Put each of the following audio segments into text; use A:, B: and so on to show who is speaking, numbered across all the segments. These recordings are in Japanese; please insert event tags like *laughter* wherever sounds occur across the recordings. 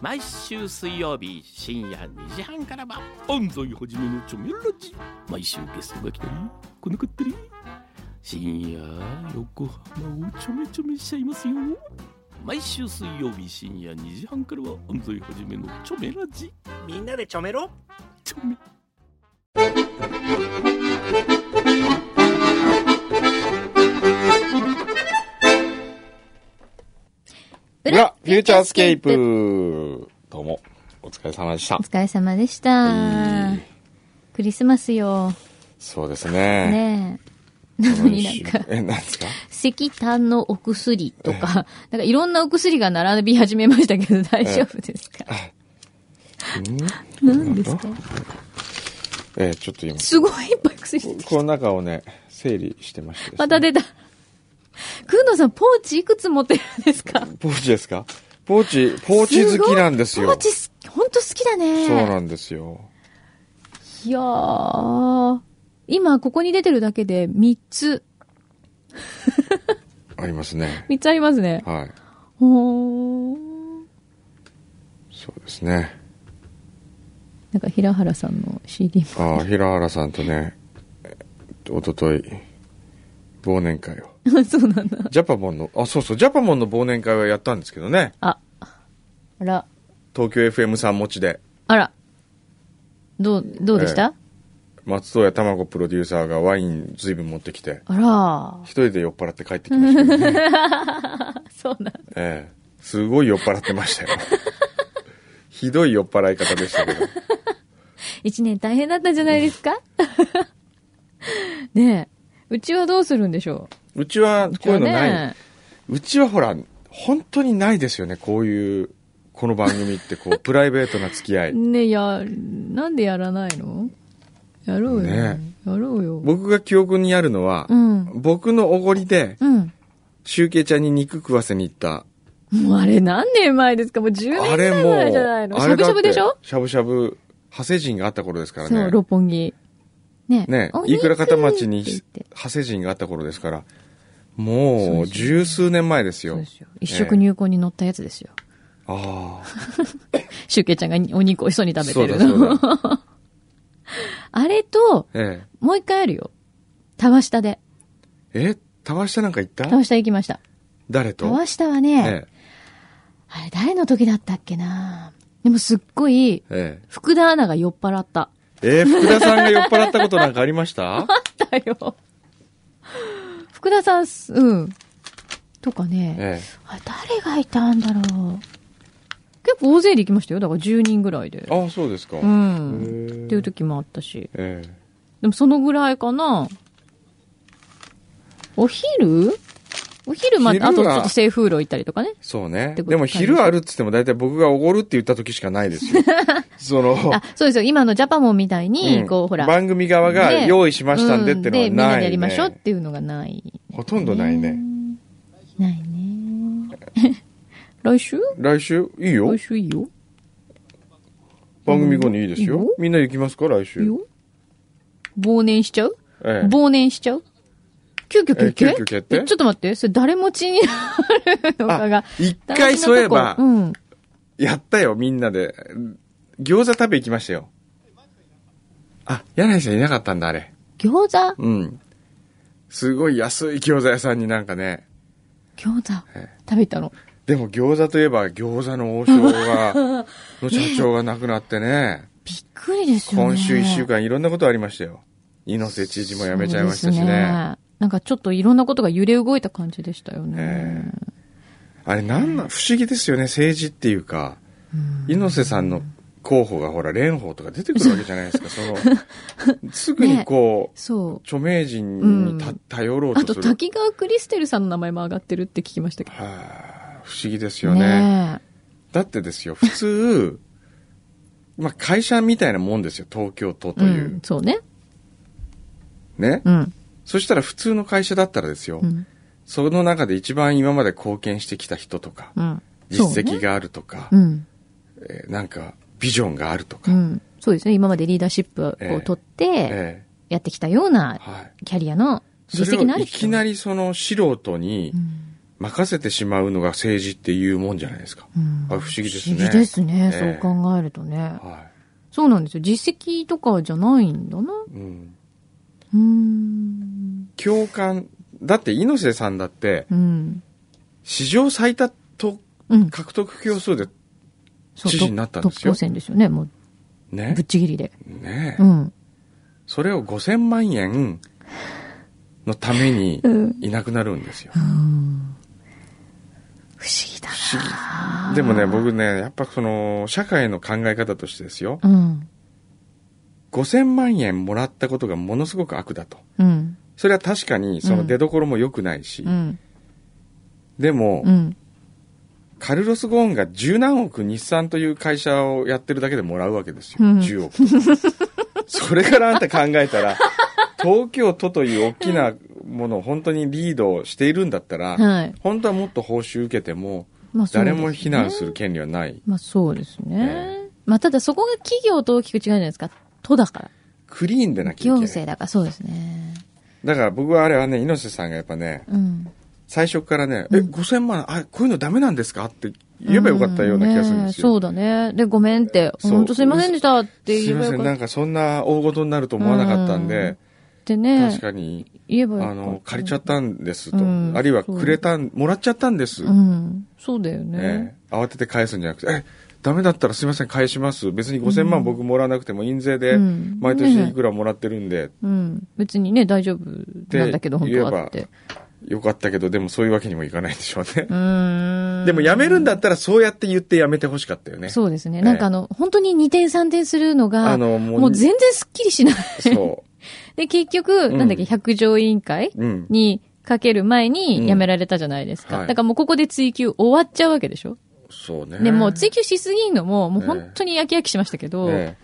A: 毎週水曜日深夜2時半からは安西はじめのチョメラジ毎週ゲストが来たり来なかったり深夜横浜をちょめちょめしちゃいますよ毎週水曜日深夜2時半からは安西はじめのチョメラジ
B: みんなでちょめろ
A: チョメ
C: 裏、フューチャースケープどうも、お疲れ様でした
D: お。疲れ様でした
C: えー。
D: クリスマスよ。
C: そうですね。
D: ねえ。 *laughs* なのになんか、
C: え、なんですか
D: 石炭のお薬とか、なんかいろんなお薬が並び始めましたけど大丈夫ですか何ですか
C: えーちょっと今、
D: すごいいっぱい薬出てきた
C: この中をね、整理してましてですね
D: また出た。くんのさん、ポーチいくつ持ってるんですか
C: ポーチですかポーチ、ポーチ好きなんですよ。
D: ごいポーチす、ほんと好きだね。
C: そうなんですよ。
D: いやー。今、ここに出てるだけで3つ、
C: ありますね。
D: 3つありますね。
C: はい。
D: ほー
C: そうですね。
D: なんか平原さんの CD *laughs* も。
C: ああ、平原さんとね、えーおととい、忘年会を。
D: そうなんだ。
C: ジャパモンの、あ、そうそう、ジャパモンの忘年会はやったんですけどね。
D: あ、あら、
C: 東京 FM さん持ちで。
D: あら。どう、どうでした、
C: 松任谷玉子プロデューサーがワイン随分持ってきて、
D: あ
C: 一人で酔っ払って帰ってきまし
D: *laughs*
C: たけどね。
D: ら。そうなんだ。
C: ええ。すごい酔っ払ってました
D: *laughs*
C: よ。ひどい酔っ払い方でしたけど。
D: 一年大変だったんじゃないですか *laughs* ねえ。うちはどうするんでしょ
C: うちは
D: ううち
C: こうい
D: は
C: うのない。
D: ね、
C: うちはほら、本当にないですよね、こういう、この番組っ
D: *laughs*
C: てこう、プライベートな付き合い。
D: ねや、なんでやらないのやろうよ。
C: ね
D: やろうよ。
C: 僕が記憶にあるのは、
D: うん。
C: 僕のおごりで、
D: うん。
C: シュウケイちゃんに肉食わせに行った。
D: もうあれ何年前ですかもう10年ぐら
C: あれ
D: い
C: もう、
D: 前じゃないの。し
C: あ
D: ゃぶ
C: れだ
D: し
C: っ
D: ゃ
C: て
D: ぶでしょ
C: しゃぶしゃぶ、派生人があった頃ですからね。
D: そう、六本木。ねえ。
C: ね
D: お、肉
C: いくら片町に
D: って言って
C: 派生人があった頃ですから、も
D: そううですよ
C: 十数年前です
D: そう
C: よ
D: で。すよ。一食入魂に乗ったやつですよ。
C: あ
D: シュウケイちゃんがお肉をおいしそうに
C: あ。
D: 食べてる
C: そうだそう
D: の。
C: だ。
D: *laughs* あれと、
C: え
D: もう一回あるよ。たわしたで。
C: え。え、たわしたなんか行った
D: たわした行きました。
C: 誰と
D: たわしたはね、
C: え
D: あれ誰の時だったっけなでもすっごい、
C: え。え
D: 福田アナが酔っ払った。
C: え。えー福田さんが酔っ払ったことなんかあり
D: *laughs*
C: ました
D: だよ。福田さんす、うん。とかね。
C: え
D: あれ誰がいたんだろう。結構大勢で行きましたよ。だから10人ぐらいで
C: え。。ああ、そうですか。
D: う
C: へ
D: ん。
C: ー
D: っていう時もあったし。
C: え
D: でもそのぐらいかな。お昼お昼まで、
C: 昼は
D: あとちょっと西風呂行ったりとかね。
C: そうね。
D: てこと
C: でも昼あるっつっても大体僕がおごるって言った時しかないです
D: *laughs*
C: よ。その、
D: あ、そうですよ。今のジャパモンみたいに、
C: うん
D: こう、ほら。
C: 番組側が
D: ね
C: 用意しましたんでってのは
D: うんでみんな
C: ない、ね
D: でやりましょうっていうのがない、
C: ほとんどないね。
D: ないね。 *laughs* 来週
C: 来週いいよ
D: 来。週いいよ
C: 番組後にいいですよ。
D: いいよ
C: みんな行きますか来
D: いい
C: 週。
D: よ忘年しちゃう、
C: ええ
D: 忘年しちゃう急遽決定,、
C: え急遽決定
D: えちょっと待って、それ誰持ちになるのかが
C: あ。一回そういえ
D: 大事なと
C: ば
D: こうん。
C: やったよ、みんなで。餃子食べ行きましたよ。あ、柳井さんいなかったんだ、あれ。
D: 餃子
C: うん。すごい安い餃子屋さんになんかね。
D: 餃子
C: ええ
D: 食べたの。
C: でも餃子といえば餃子の王将
D: *laughs*
C: が、の社長が亡くなってね。
D: びっくりですよね。
C: 今週一週間いろんなことありましたよ。猪瀬知事も辞めちゃいましたし
D: そうです
C: ね。
D: なんかちょっといろんなことが揺れ動いた感じでしたよね
C: え。あれなんなん、不思議ですよね、政治っていうか。猪瀬さんの候補がほら、蓮舫とか出てく
D: *laughs*
C: るわけじゃないですか、その、すぐにこう、
D: そう。
C: 著名人にた、
D: うん
C: 頼ろう
D: あ
C: と
D: と、
C: する。
D: 滝川クリステルさんの名前も上がってるって聞きましたけ
C: はあ、不思議ですよ
D: ど。
C: ね。
D: ね
C: だってですよ、普通、まあ会社みたいなもんですよ、東京都と
D: う
C: い
D: ん
C: う。。
D: そうね。
C: ね、
D: うん。
C: そしたら普通の会社だったらですよ、
D: うん。
C: その中で一番今まで貢献してきた人とか、
D: うん。
C: 実
D: そう
C: 績
D: ね。
C: があるとか、
D: うん。
C: えーなんか、ビジョンがあると
D: う
C: か、
D: ん。そうですね。今までリーダーシップを取って、
C: え
D: やってきたような
C: ーはい。
D: キャリアの
C: そ
D: 実
C: れ
D: 績の
C: を
D: あ
C: い
D: る人。
C: きなりその素人に
D: うん。
C: 任せてしまうのが政治っていうもんじゃないですか。
D: うん
C: あ不思議です
D: 不
C: ね。
D: 思議ですね。
C: ええ
D: そう考えるとね。
C: は
D: そうなんですよ。実績とかじゃないんだな。
C: い。うん。
D: うーん。
C: 共感、だって猪瀬さんだって、
D: うん。
C: 史上最多と
D: うん。
C: 獲得票数で、
D: そう
C: 知事になったん
D: トッ
C: で
D: プ
C: すよ
D: 当選ですよね。もう、
C: ね
D: ぶっ。ちぎりで。
C: ねえ
D: うん。
C: それを5000万円のために
D: ん
C: いなくなるんですよ。
D: 不思議だ
C: 不思議
D: な。
C: でもね、僕ね、やっぱその、社会の考え方としてですよ。
D: うん。
C: 5000万円もらったことがものすごく悪だと。
D: うん。
C: それは確かに、その出所も良くないし、
D: うん。
C: でも、
D: うん。
C: カルロス・ゴーンが十何億日産という会社をやってるだけでもらうわけですよ。
D: うん
C: 10億。
D: *laughs*
C: それからあんた考えたら、東京都という大きなものを本当にリードしているんだったら、
D: はい。
C: 本当はもっと報酬受けても、
D: まあ、そうで
C: 誰
D: すね
C: も非難する。権利はない。
D: まあ、そうですね
C: え。
D: まあ、ただそこが企業と大きく違うじゃないですか。都だから。
C: クリーンでなきゃ
D: 行
C: いけない。
D: 政だから、そうですね。
C: だから僕はあれはね、猪瀬さんがやっぱね、
D: うん。
C: 最初からね、え、5000万、あ、こういうのダメなんですかって言えばよかったような気がするんですよ。
D: ねえそうだね。で、ごめんって、
C: そう
D: 本当すいませんでしたって
C: す
D: 言え
C: い
D: ば
C: ま
D: よ
C: せ
D: かっ
C: ん、な
D: たっ
C: んかそんな大事になると思わなかったんで、
D: てね
C: 確。かに、
D: 言えばよか
C: あ
D: った。
C: の、借りちゃったんですと、
D: うん
C: あるいはくれたん、もらっちゃったんです。
D: うん。そうだよ
C: え
D: ね。
C: え慌てて返すんじゃなくて、え、ダメだったらすいません、返します。別に5000万僕もらわなくても、印税で
D: うん
C: 毎年いくらもらってるんで、
D: うん。別にね、大丈夫なんだけど、
C: って
D: 本
C: 言え
D: 当
C: ば
D: はって。
C: よかったけど、でもそういうわけにもいかないでしょうね
D: う。ーん。
C: でも辞めるんだったらそうやって言って辞めてほしかったよね。
D: そうです
C: え
D: ね。
C: え
D: なんかあの、本当に2点3点するのが、
C: あのもう
D: もう全然スッキリしない。
C: そ
D: *laughs* で、結局、
C: うん
D: なんだっけ、百条委員会
C: う。うん。
D: にかける前
C: うん
D: に辞められたじゃないですか。
C: はい
D: だからもうここで追求終わっちゃうわけでしょ
C: そうね。
D: で、もう追求しすぎんのも、もう本当にやきやきしましたけど、
C: え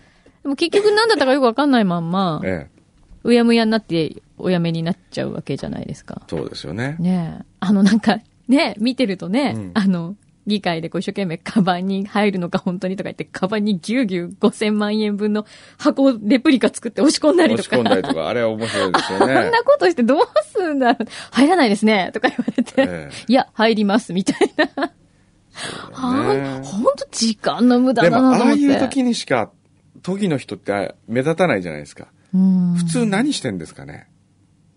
D: でも結局何だったかよくわかんないまんま
C: え、ええ
D: うやむやになって、お辞めになっちゃうわけじゃないですか。
C: そうですよね。
D: ねえ。あの、なんか、ね見てるとね、
C: うん
D: あの、議会でこう一生懸命カバンに入るのか本当にとか言って、カバンにぎゅうぎゅう5000万円分の箱をレプリカ作って押し込んだり
C: 押
D: と
C: し
D: か。
C: 込んだりとか、あれは面白いです
D: こ *laughs*
C: よ
D: ん
C: ね。
D: なことしてどうすんだろう。入らないですね、とか言われて。
C: ええ
D: いや、入ります、みたいな。
C: ね
D: あほんと時間の無駄
C: で
D: だ
C: も、
D: なと
C: あ
D: 思
C: あ
D: って。
C: いう時にしか、都議の人って目立たないじゃないですか。
D: うん
C: 普通何してんですかね。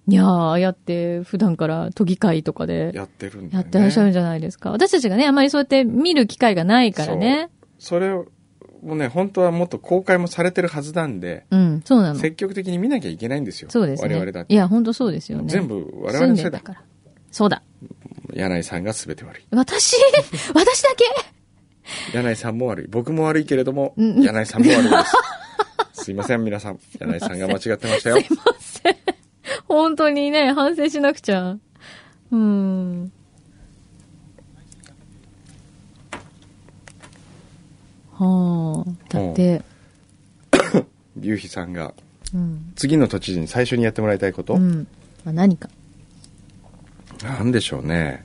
D: いやー、ああやって普段から都議会とかで
C: やってるんだ
D: や
C: よ
D: っ
C: ね。
D: てらっしゃるんじゃないですか。私たちがね、あまりそうやって見る機会がないからね。
C: それを、もうね、本当はもっと公開もされてるはずなんで、
D: うん、そうなの。
C: 積極的に見なきゃいけないんですよ。
D: そうですね。
C: 我々だっ
D: い
C: て。
D: や、本当そうですよね。
C: 全部我々の
D: 住
C: せ
D: ん
C: い
D: で
C: だ
D: た。から。そうだ。
C: 柳井さんが全て悪い。
D: 私、 *laughs* 私だけ
C: 柳井さんも悪い。僕も悪いけれども、
D: うん
C: 柳井さんも悪い
D: *laughs*
C: です。すいません、皆さん。柳井さんが間違ってましたよ。
D: 本当にね、反省しなくちゃ。うん。はあ。だって、
C: ゆうひさんが、
D: うん。
C: 次の都知事に最初にやってもらいたいこと、
D: うん。まあ、何か。
C: なんでしょうね。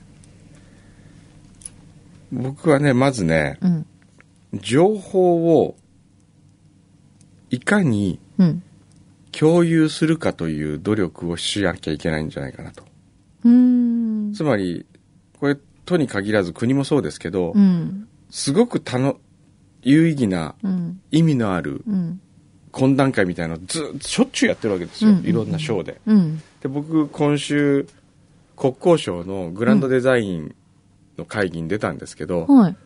C: 僕はね、まずね、
D: うん。
C: 情報を、いかに
D: うん。
C: 共有するかという努力をしなきゃいけないんじゃないかなと。
D: うーん。
C: つまり、これ、都に限らず国もそうですけど、
D: うん。
C: すごくたの、有意義な、
D: うん。
C: 意味のある
D: うん。
C: 懇談会みたいなのをずっとしょっちゅうやってるわけですよ。
D: うん
C: いろんな賞で。
D: うん。
C: で、僕、今週、国交省のグランドデザインの会議に出たんですけど、
D: はい。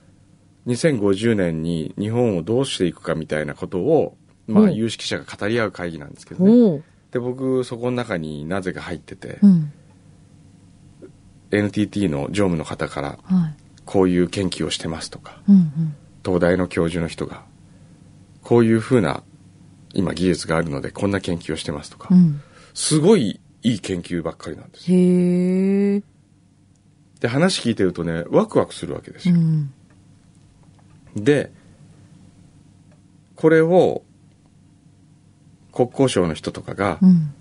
C: 2050年に日本をどうしていくかみたいなことを、ま
D: う
C: あ、
D: ん
C: 有識者が語り合う会議なんですけどね。
D: おお。
C: で、僕、そこの中になぜか入ってて
D: う、ん。
C: NTT の常務の方から、
D: はい。
C: こういう研究をしてますとか、
D: うん。うん。
C: 東大の教授の人が、こういうふうな、今技術があるので、こんな研究をしてますとか
D: う、ん。
C: すごいいい研究ばっかりなんですよ。
D: へえ。
C: で、話聞いてるとね、ワクワクするわけです
D: う
C: よ。
D: ん。
C: で、これを、国交省の人とかが
D: う、ん。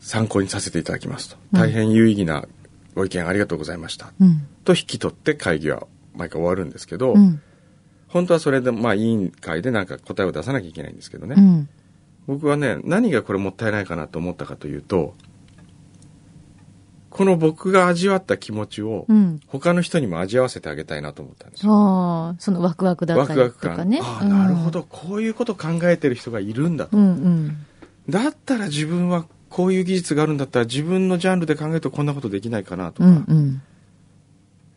C: 参考にさせていただきますと。
D: うん
C: 大変有意義なご意見ありがとうございました。
D: うん。
C: と引き取って会議は毎回終わるんですけど、
D: うん。
C: 本当はそれで、まあ委員会でなんか答えを出さなきゃいけないんですけどね。
D: うん。
C: 僕はね、何がこれもったいないかなと思ったかというと、この僕が味わった気持ちを、
D: うん。
C: 他の人にも味わわせてあげたいなと思ったんですよ。
D: ああ、そのワクワクだっ
C: ワ
D: た
C: ク
D: り
C: ワ
D: と
C: ク
D: か
C: 感。
D: ね。
C: ああ、
D: うん
C: なるほ。ど。こういうこと考えてる人がいるんだと。
D: うんうん。
C: だったら自分はこういう技術があるんだったら自分のジャンルで考えるとこんなことできないかなと
D: う
C: か、
D: んうん。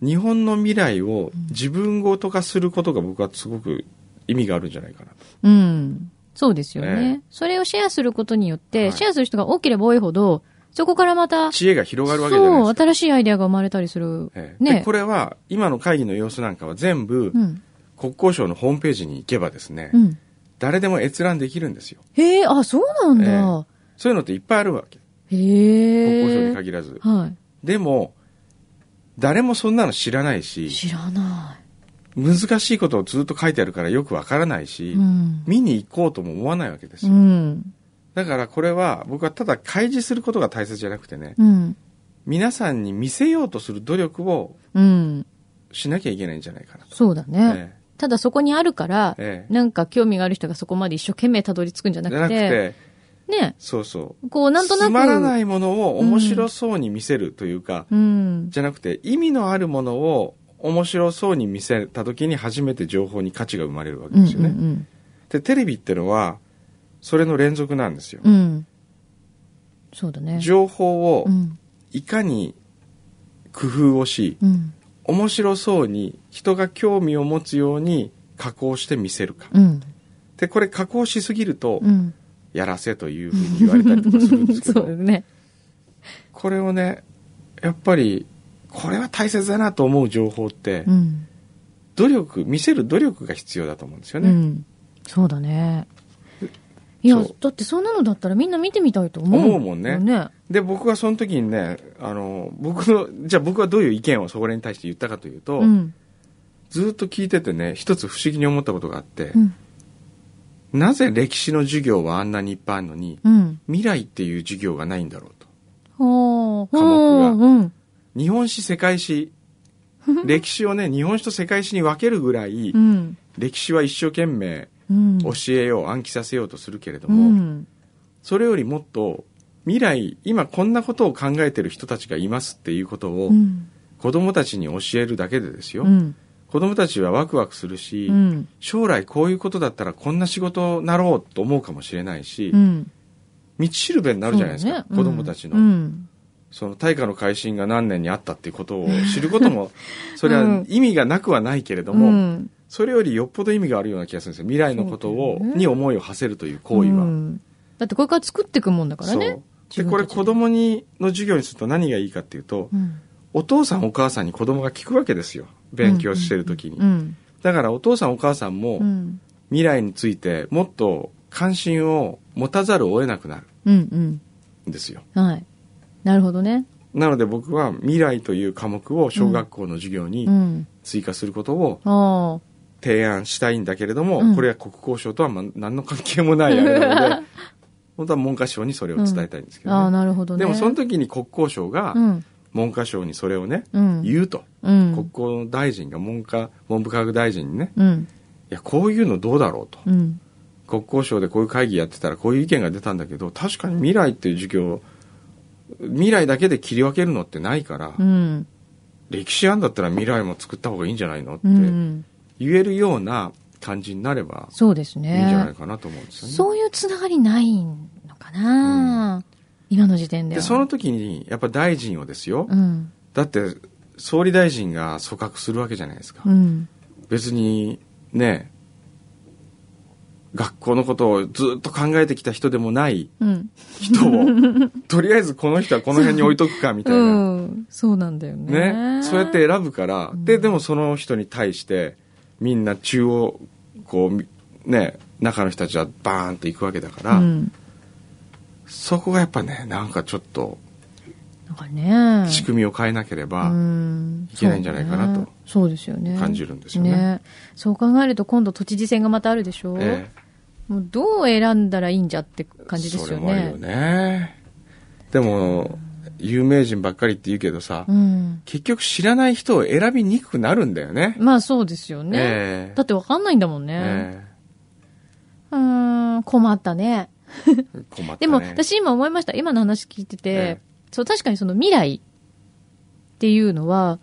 C: 日本の未来を自分ごと化することが僕はすごく意味があるんじゃないかなと。
D: うん。そうですよね。
C: え
D: それをシェアすることによって、
C: はい
D: シェアする人が多ければ多いほど、そこからまた、
C: 知恵が広がるわけじゃないで
D: そう、
C: すか。
D: 新しいアイデアが生まれたりする。
C: ええ
D: ね
C: でこれは今の会議の様子なんかは全部
D: うん。
C: 国交省のホームページに行けばですね、
D: うん。
C: 誰でも閲覧できるんですよ
D: へえ、あ、そうなんだ。
C: そういうのっていっぱいあるわけ国
D: へえ。
C: 交省に限らず、
D: は
C: でも誰もそんなの知らない
D: い。
C: し
D: 知らな
C: 難しいことをずっと書いてあるからよくわからない
D: い。
C: し、
D: うん。
C: 見に行こうとも思わないわけです
D: う
C: よ、
D: ん。
C: だからこれは僕はただ開示することが大切じゃなくてね
D: うん。
C: 皆さんに見せようとする努力を
D: うん。
C: しなきゃいけないんじゃないかなと、
D: そうだね。
C: え
D: ただそこにあるから、
C: ええ
D: なんか興味がある人がそこまで一生懸命たどり着くんじゃ
C: え
D: な
C: じゃな
D: く
C: く
D: て、
C: て
D: ね、
C: そうそう
D: こうなんとなく。
C: つまらないものを面白そうに見せるというか、
D: うん。
C: じゃなくて意味のあるものを面白そうに見せた時に初めて情報に価値が生まれるわけ
D: うんう
C: ですよね。
D: ん
C: でテレビってのはそれの連続なんですよ
D: うん。う。ん。そうだね。
C: 情報を
D: うん。
C: いかに工夫をし
D: うん。
C: 面白そうに人が興味を持つように加工して見せるか。
D: うん。
C: でこれ加工しすぎると
D: うん。
C: やらせというふうに言われたりとかするんですけ
D: *laughs* そ
C: ど
D: う
C: *laughs*
D: ね。
C: これをねやっぱりこれは大切だなと思う情報って
D: うん。
C: 努力見せる努力が必要だと思うんですよ
D: う
C: ね、
D: ん。そうだね。いや
C: そう、
D: だってそんなのだったらみんな見てみたいと思う。
C: 思うもんね
D: ね。
C: で僕はその時にねあの僕のじゃあ僕はどういう意見をそこに対して言ったかというと、
D: うん。
C: ずっと聞いててね一つ不思議に思ったことがあって
D: う、ん。
C: なぜ歴史の授業はあんなにいっぱいあるのに
D: うん。
C: 未来っていう授業がないんだろうと
D: ほう。
C: 科目が
D: ほううん。
C: 日本史世
D: *laughs*
C: 界史歴史をね日本史と世界史に分けるぐらい、
D: うん。
C: 歴史は一生懸命
D: うん。
C: 教えよう、暗記させようとするけれど
D: う
C: も、
D: ん。
C: それよりもっと未来今こんなことを考えてる人たちがいますっていうことを
D: うん。
C: 子供たちに教えるだけでですよ、
D: うん。
C: 子供たちはワクワクするし、
D: うん。
C: 将来こういうことだったらこんな仕事になろうと思うかもしれないし、
D: うん。
C: 道しるべになるじゃないですか、
D: そうだね
C: 子供たちの、
D: うん。
C: その大化の改新が何年にあったっていうことを知ること
D: *laughs*
C: もそれは意味がなくはないけれども、
D: うん
C: それよりよっぽど意味があるような気がするんですよ未来のことを、
D: そうだよね
C: に思いを馳せるという行為は。
D: うんだってこれから作っていくもんだからね。
C: そうでこれ子供にの授業にすると何がいいかっていうと、
D: うん。
C: お父さんお母さんに子供が聞くわけですよ勉強してる時に、
D: うん。
C: だからお父さんお母さんも
D: うん。
C: 未来についてもっと関心を持たざるを得なくなる
D: うん。
C: んですよ
D: うん。はい。なるほどね。
C: なので僕は未来という科目を小学校の授業に
D: うん。
C: 追加することを
D: ああ。
C: 提案したいんだけれども、
D: うん
C: これは国交省とはま何の関係もないあれな
D: *laughs*
C: ので本当は文科省にそれを伝えたいんですけ
D: あ
C: ど
D: あ、
C: ね、
D: なるほどね。
C: でもその時に国交省が
D: うん。
C: 文科省にそれをね、
D: うん。
C: 言うと、
D: うん。
C: 国交大臣が文科文部科学大臣にね
D: うん。
C: いやこういうのどうだろうと、
D: うん。
C: 国交省でこういう会議やってたらこういう意見が出たんだけど確かに未来っていう授業未来だけで切り分けるのってないから、
D: うん。
C: 歴史あんだったら未来も作った方がいいんじゃないのって
D: うん。
C: 言えるような感じになれば
D: そうです
C: いいんじゃない
D: ね。
C: かなと思うんですよね。
D: そういうつながりないのかな今の時点で
C: で
D: は。
C: その時にやっぱ大臣をですよ、
D: うん。
C: だって総理大臣が組閣するわけじゃないですか、
D: うん。
C: 別にね学校のことをずっと考えてきた人でもない
D: うん。*laughs*
C: 人をとりあえずこの人はこの辺に置いとくかみたいな、
D: うん。そうなんだよね。
C: ね、そうやって選ぶから、ででもその人に対してみんな中央こうみね中の人たちはバーンっていくわけだから、
D: うん。
C: そこがやっぱねなんかちょっと
D: なんかね。
C: 仕組みを変えなければ、
D: うん
C: いけないんじゃないかなと
D: そうですよね
C: 感じるんですよね
D: そう考えると今度都知事選がまたあるでしょ、
C: え
D: もうどう選んだらいいんじゃって
C: え
D: 感じです
C: それ
D: よ
C: もある
D: ね
C: よねでも有名人ばっかりって言うけどさ、
D: うん、
C: 結局知らない人を選びにくくなるんだよね。
D: まあそうですよね、
C: ええ
D: だってわかんないんだもんね、
C: え
D: うーん困ったね
C: え困ったね
D: でも、私今思いました今の話聞いてて、
C: ええ
D: そう確かにその未来っていうのは、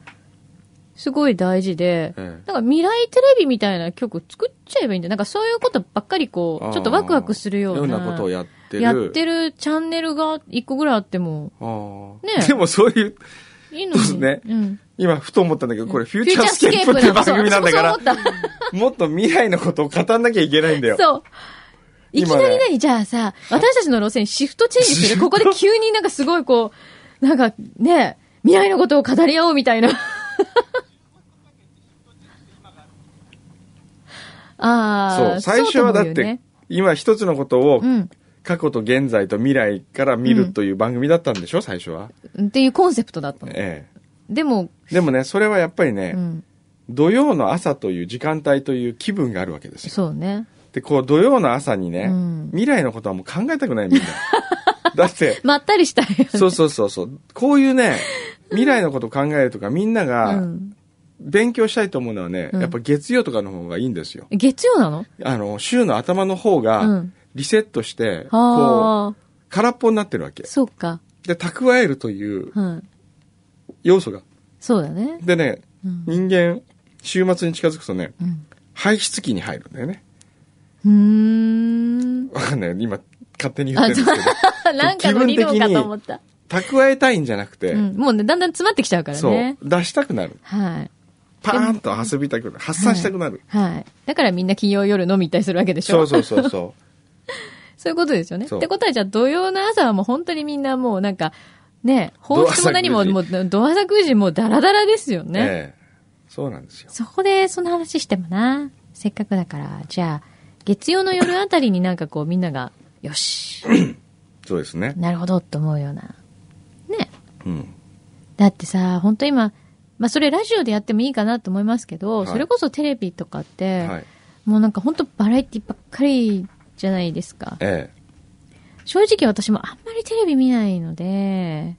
D: すごい大事で、
C: ええ
D: なんか未来テレビみたいな曲作っちゃえばいいんだよ。なんかそういうことばっかりこ
C: あー
D: う、ちょっとワクワクするよ
C: よ
D: う
C: う
D: な。
C: なことをやってる。
D: やってるチャンネルが一個ぐらいあっても
C: あー
D: ねえ
C: でもそういう、
D: いいのに。
C: そうですね
D: ん。
C: 今ふと思ったんだけど、これ
D: フ
C: フューチャースケープって番組なんだから
D: そう、そう思っ
C: もっと未来のことを語んなきゃいけないんだよ
D: た。。そう。いき
C: 今
D: な
C: ね
D: り何、じゃあさ、私たちの路線シフトチェンジする。ここで急になんかすごいこう、なんかね、未来のことを語り合おうみた
C: *laughs*
D: いな。ああ、
C: そう、最初はだっ
D: そうと思うよね、
C: て今一つのことを
D: うん。
C: 過去と現在と未来から見るという番組だったんでしょ、最初は。
D: っていうコンセプトだったの。
C: え
D: でも、
C: え。でもね、それはやっぱりね、
D: うん、
C: 土曜の朝という時間帯という気分があるわけですよ。
D: そうね。
C: で、こう土曜の朝にね、
D: うん
C: 未来のことはもう考えたくないみ
D: *laughs*
C: んな。だって、
D: まったりしたいよね。
C: そうそうそうそう。こういうね、未来のことを考えるとかみんな
D: う
C: が
D: ん。
C: 勉強したいと思うのはね、
D: うん
C: やっぱ月曜とかの方がいいんですよ。
D: 月曜なの
C: あの、週の頭の方
D: う
C: が
D: ん。
C: リセットして、こ
D: ああ、
C: う、空っぽになってるわけ。
D: そうか。
C: で、蓄えるという
D: うん。
C: 要素が。
D: そうだね。
C: でね、
D: うん。
C: 人間、週末に近づくとね、
D: うん
C: 排出期に入るんだよね。
D: うーん。
C: わかんない。今、勝手に言ってるんですけ
D: *laughs*
C: ど。
D: なんかの理論かと思った。
C: 蓄えたいんじゃなくて、
D: うん。もうね、だんだん詰まってきちゃうから
C: そう
D: ね。、
C: 出したくなる。
D: はい。
C: パーンと遊びたくなる。発散したくなる。
D: はい。だからみんな金曜夜飲み行ったりするわけでし
C: そ
D: ょ
C: うそうそうそ
D: *laughs* そういうことですよね。っ
C: そう
D: てことは、じゃあ土曜の朝はもう本当にみんなもうなんか、 *laughs* ね、放出も何も、
C: ド
D: も
C: ア
D: う、ドア作時もうダラダラですよ *laughs*
C: う。
D: ね。
C: ええそうなんですよ。
D: そこでその話してもな。せっかくだから、じゃあ、月曜の夜あたりになんかこうみんなが、よし、
C: そうですね。
D: なるほどって思うような。ね。
C: うん。
D: だってさ、本当今、まあそれラジオでやってもいいかなと思いますけど、
C: はい
D: それこそテレビとかって、
C: はい。
D: もうなんか本当バラエティばっかりじゃないですか。
C: え
D: 正直私もあんまりテレビ見ないので、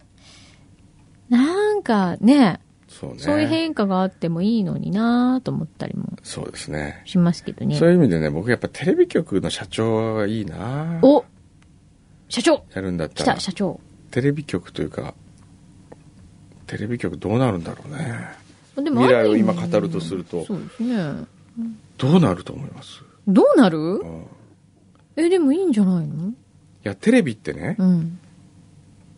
D: なんかね、
C: えそうね。
D: そういう変化があってもいいのになと思ったりも
C: そうですね。
D: しますけどね。
C: そういう意味でね、僕やっぱテレビ局の社長がいいな
D: お社長
C: やるんだっ
D: 来
C: たら
D: た、。社長。
C: テレビ局というか、テレビ局どうなるんだろうね。
D: で
C: 未来を今
D: ある意味
C: 語るとすると
D: そうですね。
C: どうなると思います、
D: どうな
C: う
D: る
C: んい
D: え、でもいいんじゃないの
C: や、テレビってね、
D: うん。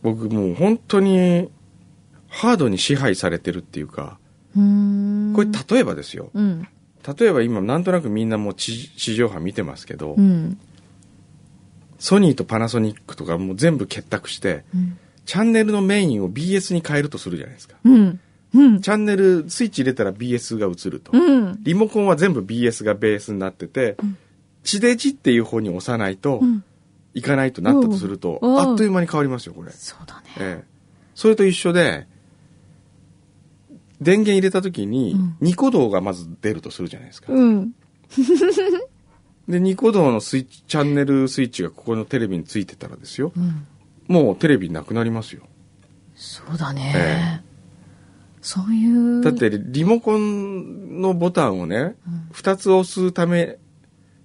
C: 僕もう本当に、ハードに支配されてるっていうか、
D: うーん。
C: これ例えばですよ。
D: うん。
C: 例えば今なんとなくみんなもう地地上波見てますけど、
D: うん。
C: ソニーとパナソニックとかもう全部結託して、
D: うん。
C: チャンネルのメインを BS に変えるとするじゃないですか。
D: うん。うん。
C: チャンネル、スイッチ入れたら BS が映ると。
D: うん。
C: リモコンは全部 BS がベースになってて、地デジっていう方に押さないと、
D: うん。
C: 行かないとなったとすると、
D: おうおう
C: あっという間に変わりますよ、これ。
D: そうだね。
C: ええ。それと一緒で、電源入れた時に
D: うん、
C: ニコ動がまず出るとするじゃないですか。
D: うん。
C: で、ニコ動のスイッチ、チャンネルスイッチがここのテレビについてたらですよ。
D: うん。
C: もうテレビなくなりますよ。
D: そうだね。そういう。
C: だっ、て、リモコンのボタンをね、二つ押すため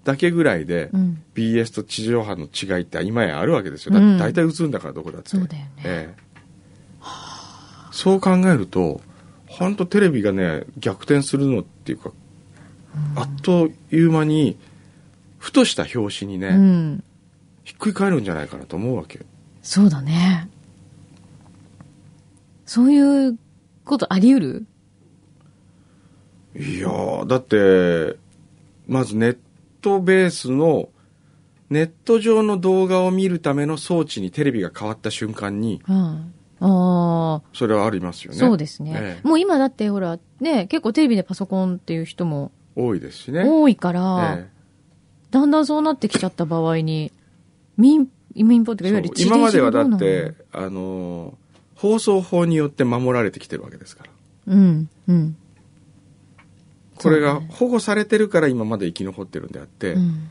C: だけぐらいで
D: う、ん。
C: BS と地上波の違いって今やあるわけですよ。だ
D: うん
C: って大体映るんだからどこだって。
D: そうだよね
C: ええそう考えると、本当テレビがね、逆転するのっていうか、あっという間に、ふとした表紙にね、
D: うん。
C: ひっくり返るんじゃないかなと思うわけ。
D: そうだね。そういうことあり得る
C: いやー、だって、まずネットベースの、ネット上の動画を見るための装置にテレビが変わった瞬間に、
D: うん。ああ。
C: それはありますよね。
D: そうですね、
C: ええ
D: もう今だってほら、ね、結構テレビでパソコンっていう人も
C: 多いですしね。
D: 多いから、
C: ええ
D: だんだんそうなってきちゃった場合に、民、民放っていうか、いわゆる地デジ
C: 今まではだ
D: どう
C: っ
D: なの
C: て、あのー放送法によって守られてきてるわけですから
D: うん、うん。
C: これが
D: そうだね
C: 保護されてるから今まで生き残ってるんであって、
D: うん、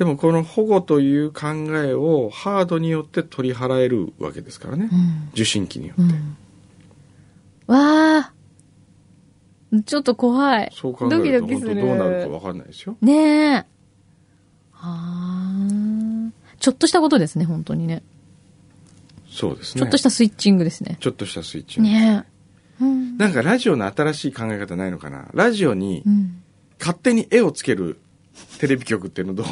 C: でもこの保護という考えをハードによって取り払えるわけですからね、
D: うん、
C: 受信機によって、
D: うん。わあちょっと怖い。
C: そう考えると
D: ドキドキ
C: 本
D: す
C: 当
D: る
C: どうなるか分かんないですよ
D: ねえ。あーちょっとしたことですね、本当にね。
C: そうですね
D: ちょっとしたスイッチングですね。
C: ちょっとしたスイッチング
D: ねえ。うん
C: なんかラジオの新しい考え方ないのかなラジオに
D: うん
C: 勝手に絵をつけるテレビ局ってい
D: *laughs*
C: うのどう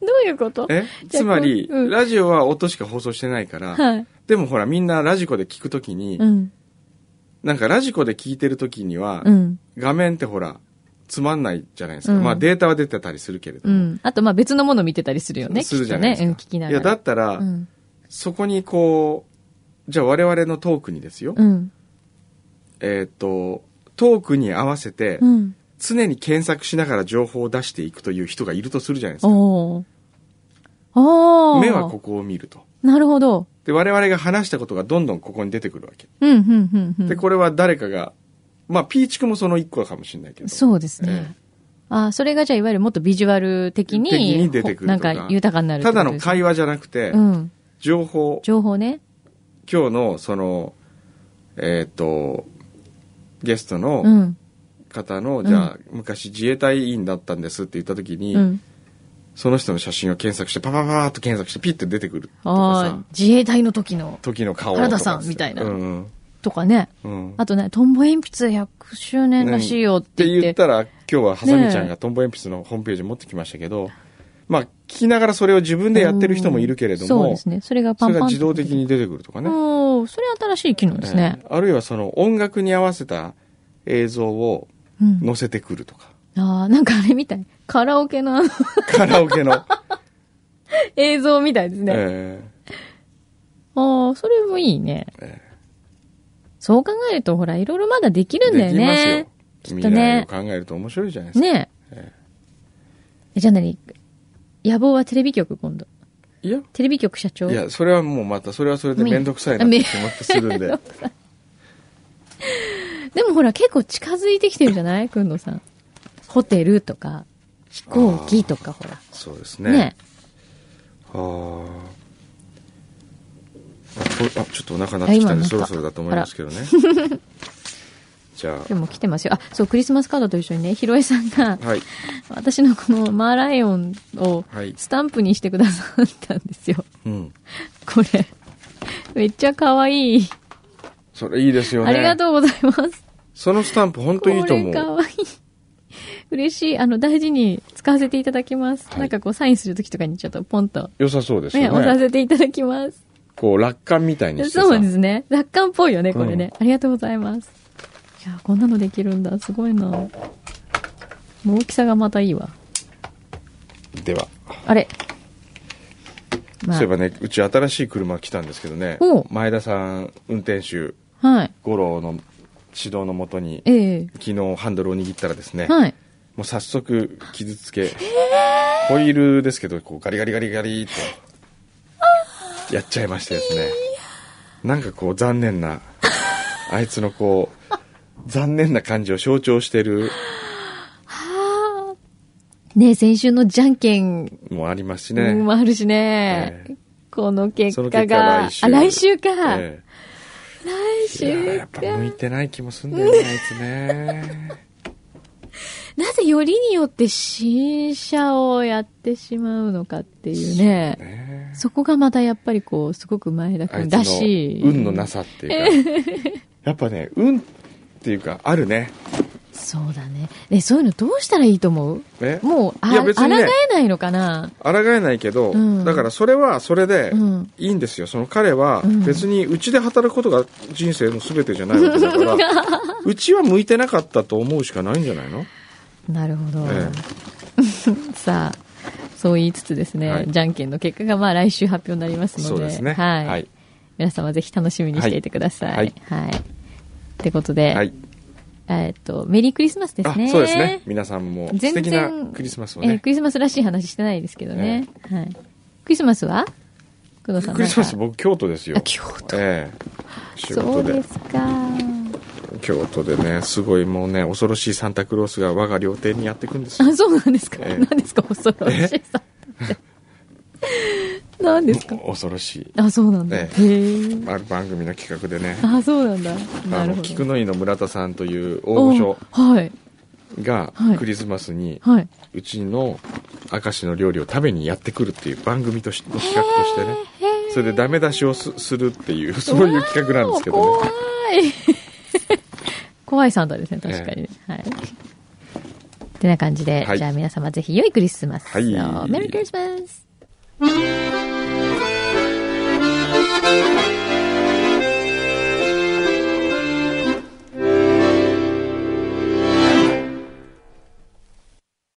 D: どういうこと
C: えつまり、
D: うん
C: ラジオは音しか放送してないから、
D: はい。
C: でもほらみんなラジコで聞くときに、
D: うん。
C: なんかラジコで聞いてるときには、
D: うん。
C: 画面ってほら、つまんないじゃないですか。
D: うん
C: まあデータは出てたりするけれど
D: う
C: も。
D: ん。あと、まあ別のもの見てたりするよね。
C: するじゃないです
D: きっと
C: か。
D: ね。うん、聞きなが
C: い
D: ら。
C: や、だったら、
D: うん。
C: そこにこう、じゃあ我々のトークにですよ。
D: うん。
C: えっ、と、トークに合わせて、
D: うん。
C: 常に検索しながら情報を出していくという人がいるとするじゃないですか。
D: おーおー
C: 目はここを見ると。
D: なるほど。
C: で、我々が話したことがどんどんここに出てくるわけ。
D: うん、うん、うん、うん。
C: で、これは誰かが、まあ、ピーチクもその一個かもしれないけど。
D: そうです
C: え
D: ね。あーそれがじゃあ、いわゆるもっとビジュアル的に、
C: 的に出てくる
D: ほ
C: とか
D: なんか豊かになるって
C: た
D: こと
C: だ
D: で
C: の
D: すね
C: 会話じゃなくて、
D: うん。
C: 情報、
D: 情報ね。
C: 今日のその、えっ、と、ゲストの、
D: うん。
C: 方の、じゃあ、昔自衛隊員だったんですって言った時に、
D: うん。
C: その人の写真を検索して、パパパーっと検索して、ピッて出てくるとか
D: あ
C: さ
D: あ、、自衛隊の時の、
C: 時の顔と
D: 原
C: か
D: 田
C: さ
D: さんみたいな
C: うん
D: とかね。
C: うん。うん
D: あとね、トンボ鉛筆100周年らしいよっ
C: ってて
D: 言っ。
C: 言ってたら、今日はハサミちゃん
D: ねえ
C: がトンボ鉛筆のホームページ持ってきましたけど、まあ、聞きながらそれを自分でやってる人もいるけれど
D: そう
C: も、
D: ですね。それがパ
C: そ
D: ンパン
C: れが
D: って
C: 自動的に出てくるとかね。
D: おーそれ新しい機能ですね
C: え。えあるいはその音楽に合わせた映像を
D: うん。
C: 載せてくる
D: *laughs*
C: とか、
D: ああ、なんかあれみたい。カラオケのあの
C: カラオケの。
D: 映像みたいですね。
C: ええ
D: ああ、それもいいね。
C: え
D: そう考えると、ほら、いろいろまだできるんだ
C: で
D: よ
C: きます
D: ねっ
C: よ。。
D: と
C: 未来
D: ね
C: を考えると面白いじゃないですか。
D: ね
C: え
D: え。じゃあ何野望はテレビ局今度。
C: いや、
D: テレビ局社長
C: いや、それはもうまた、それはそれで面倒くさいなって気持ちするんで。
D: でもほら、結構近づいてきてるじゃないくんのさん。ホテルとか、飛行機とかほら。
C: そうですね。
D: ね
C: あーあこあ、ちょっとお腹鳴ってきたん
D: あ今鳴っ
C: で、
D: た
C: そろそろだと思いますけ
D: *laughs*
C: どね。じゃ
D: え。でも来てますよ。あ、そう、クリスマスカードと一緒にね、ひろえさんが
C: あ、、はい。
D: 私のこのマーライオンを
C: はい
D: スタンプにしてくださったんですよ。
C: うん。
D: これ。めっちゃ可愛い。
C: それいいですよね。
D: ありが
C: う。
D: とうございます。
C: そのスタンプ、本当いいと思
D: これか
C: う。
D: わいい。嬉しい。あの、大事に使わせていただきます。
C: はい
D: なんかこう、サインするときとかにちょっとポンと、
C: 良さそうです
D: ね、
C: よ
D: 押さ
C: ね。
D: せていただきます。
C: こう、楽観みたいにしてさ。
D: そうですね。楽観っぽいよね、これね。
C: うん
D: ありがとうございます。いや、こんなのできるんだ。すごいな。もう大きさがまたいいわ。
C: では。
D: あれ。まあ
C: そういえばね、うち新しい車来たんですけどね
D: おう、
C: 前田さん、運転手、
D: はい。
C: 五郎の指導のもとに、
D: ええ
C: 昨日ハンドルを握ったらですね、
D: はい。
C: もう早速傷つけ、ホイールですけど、こうガリガリガリガリっと、やっちゃいましてですね。なんかこう残念な、あいつのこう、残念な感じを象徴してる
D: ね先週のじゃんけん
C: もありますしね。
D: もあるしね。
C: え
D: この結
C: その
D: 果
C: 結果
D: が。
C: 来週
D: あ、来週か。
C: え
D: 来
C: えいや、
D: 週
C: やっぱ
D: か。
C: 向いてない気もすんだよね、あいつね。
D: なぜよりによって新車をやってしまうのかっていうね。
C: ね
D: そこがまたやっぱりこう、すごく前田
C: あ
D: 君
C: いつ
D: ら
C: の
D: しい。
C: 運のなさっていうか、やっぱね、運っていうか、あるね。
D: そうだね。ね、そういうのどうしたらいいと思う
C: え
D: もう、あ、
C: いや別
D: 抗え
C: にね
D: ないのかな
C: 抗えないけど、
D: うん
C: だからそれはそれで
D: うん
C: いいんですよ、その彼は
D: うん
C: 別にうちで働くことが人生の全てじゃないわけだから
D: *laughs*
C: うちは向いてなかったと思うしかないんじゃないの
D: なるほど。
C: え
D: *laughs* さあ、そう言いつつですね、
C: はい
D: じゃんけんの結果がまあ来週発表になりますので。
C: そうですね
D: はい。
C: はい
D: 皆様ぜひ楽しみにしていてください。は
C: はいい。
D: ってことで、
C: はい、
D: えっと、メリークリスマスです
C: あ
D: ね。
C: そうですね皆さんも素
D: 全然
C: 敵なクリスマスを
D: えー
C: ね、
D: クリスマスらしい話してないですけどね。はい。クリスマスは工藤さん
C: クリスマス
D: なんか
C: 僕京都ですよ
D: あ、京都。
C: ええ仕
D: そ
C: 事
D: う
C: で
D: ですか。
C: 京都でねすごいもうね恐ろしいサンタクロースが我が料亭にやってくんですよ
D: *laughs* あ、そうなんですか。
C: ええ
D: 何ですか、恐ろしいさんって。何ですか。
C: 恐ろしい
D: あ、そうなんだ。
C: え
D: へえ。
C: ある番組の企画でね
D: あ、そうなんだ。
C: あ
D: なる
C: の
D: ほど。
C: 菊
D: の
C: 野井の村田さんという大御所
D: はい。
C: が
D: はい
C: クリスマスに
D: はい。
C: うちの明石の料理を食べにやってくるっていう番組としての企画としてねそれでダメ出しをすするっていう、 *laughs* そういう企画なんですけど
D: 怖
C: ね。
D: い。怖いサンタですね、確かにね。はい。ってな感じで、
C: はい
D: じゃあ皆様ぜひ良いクリスマスを。
C: はい
D: メリークリスマス。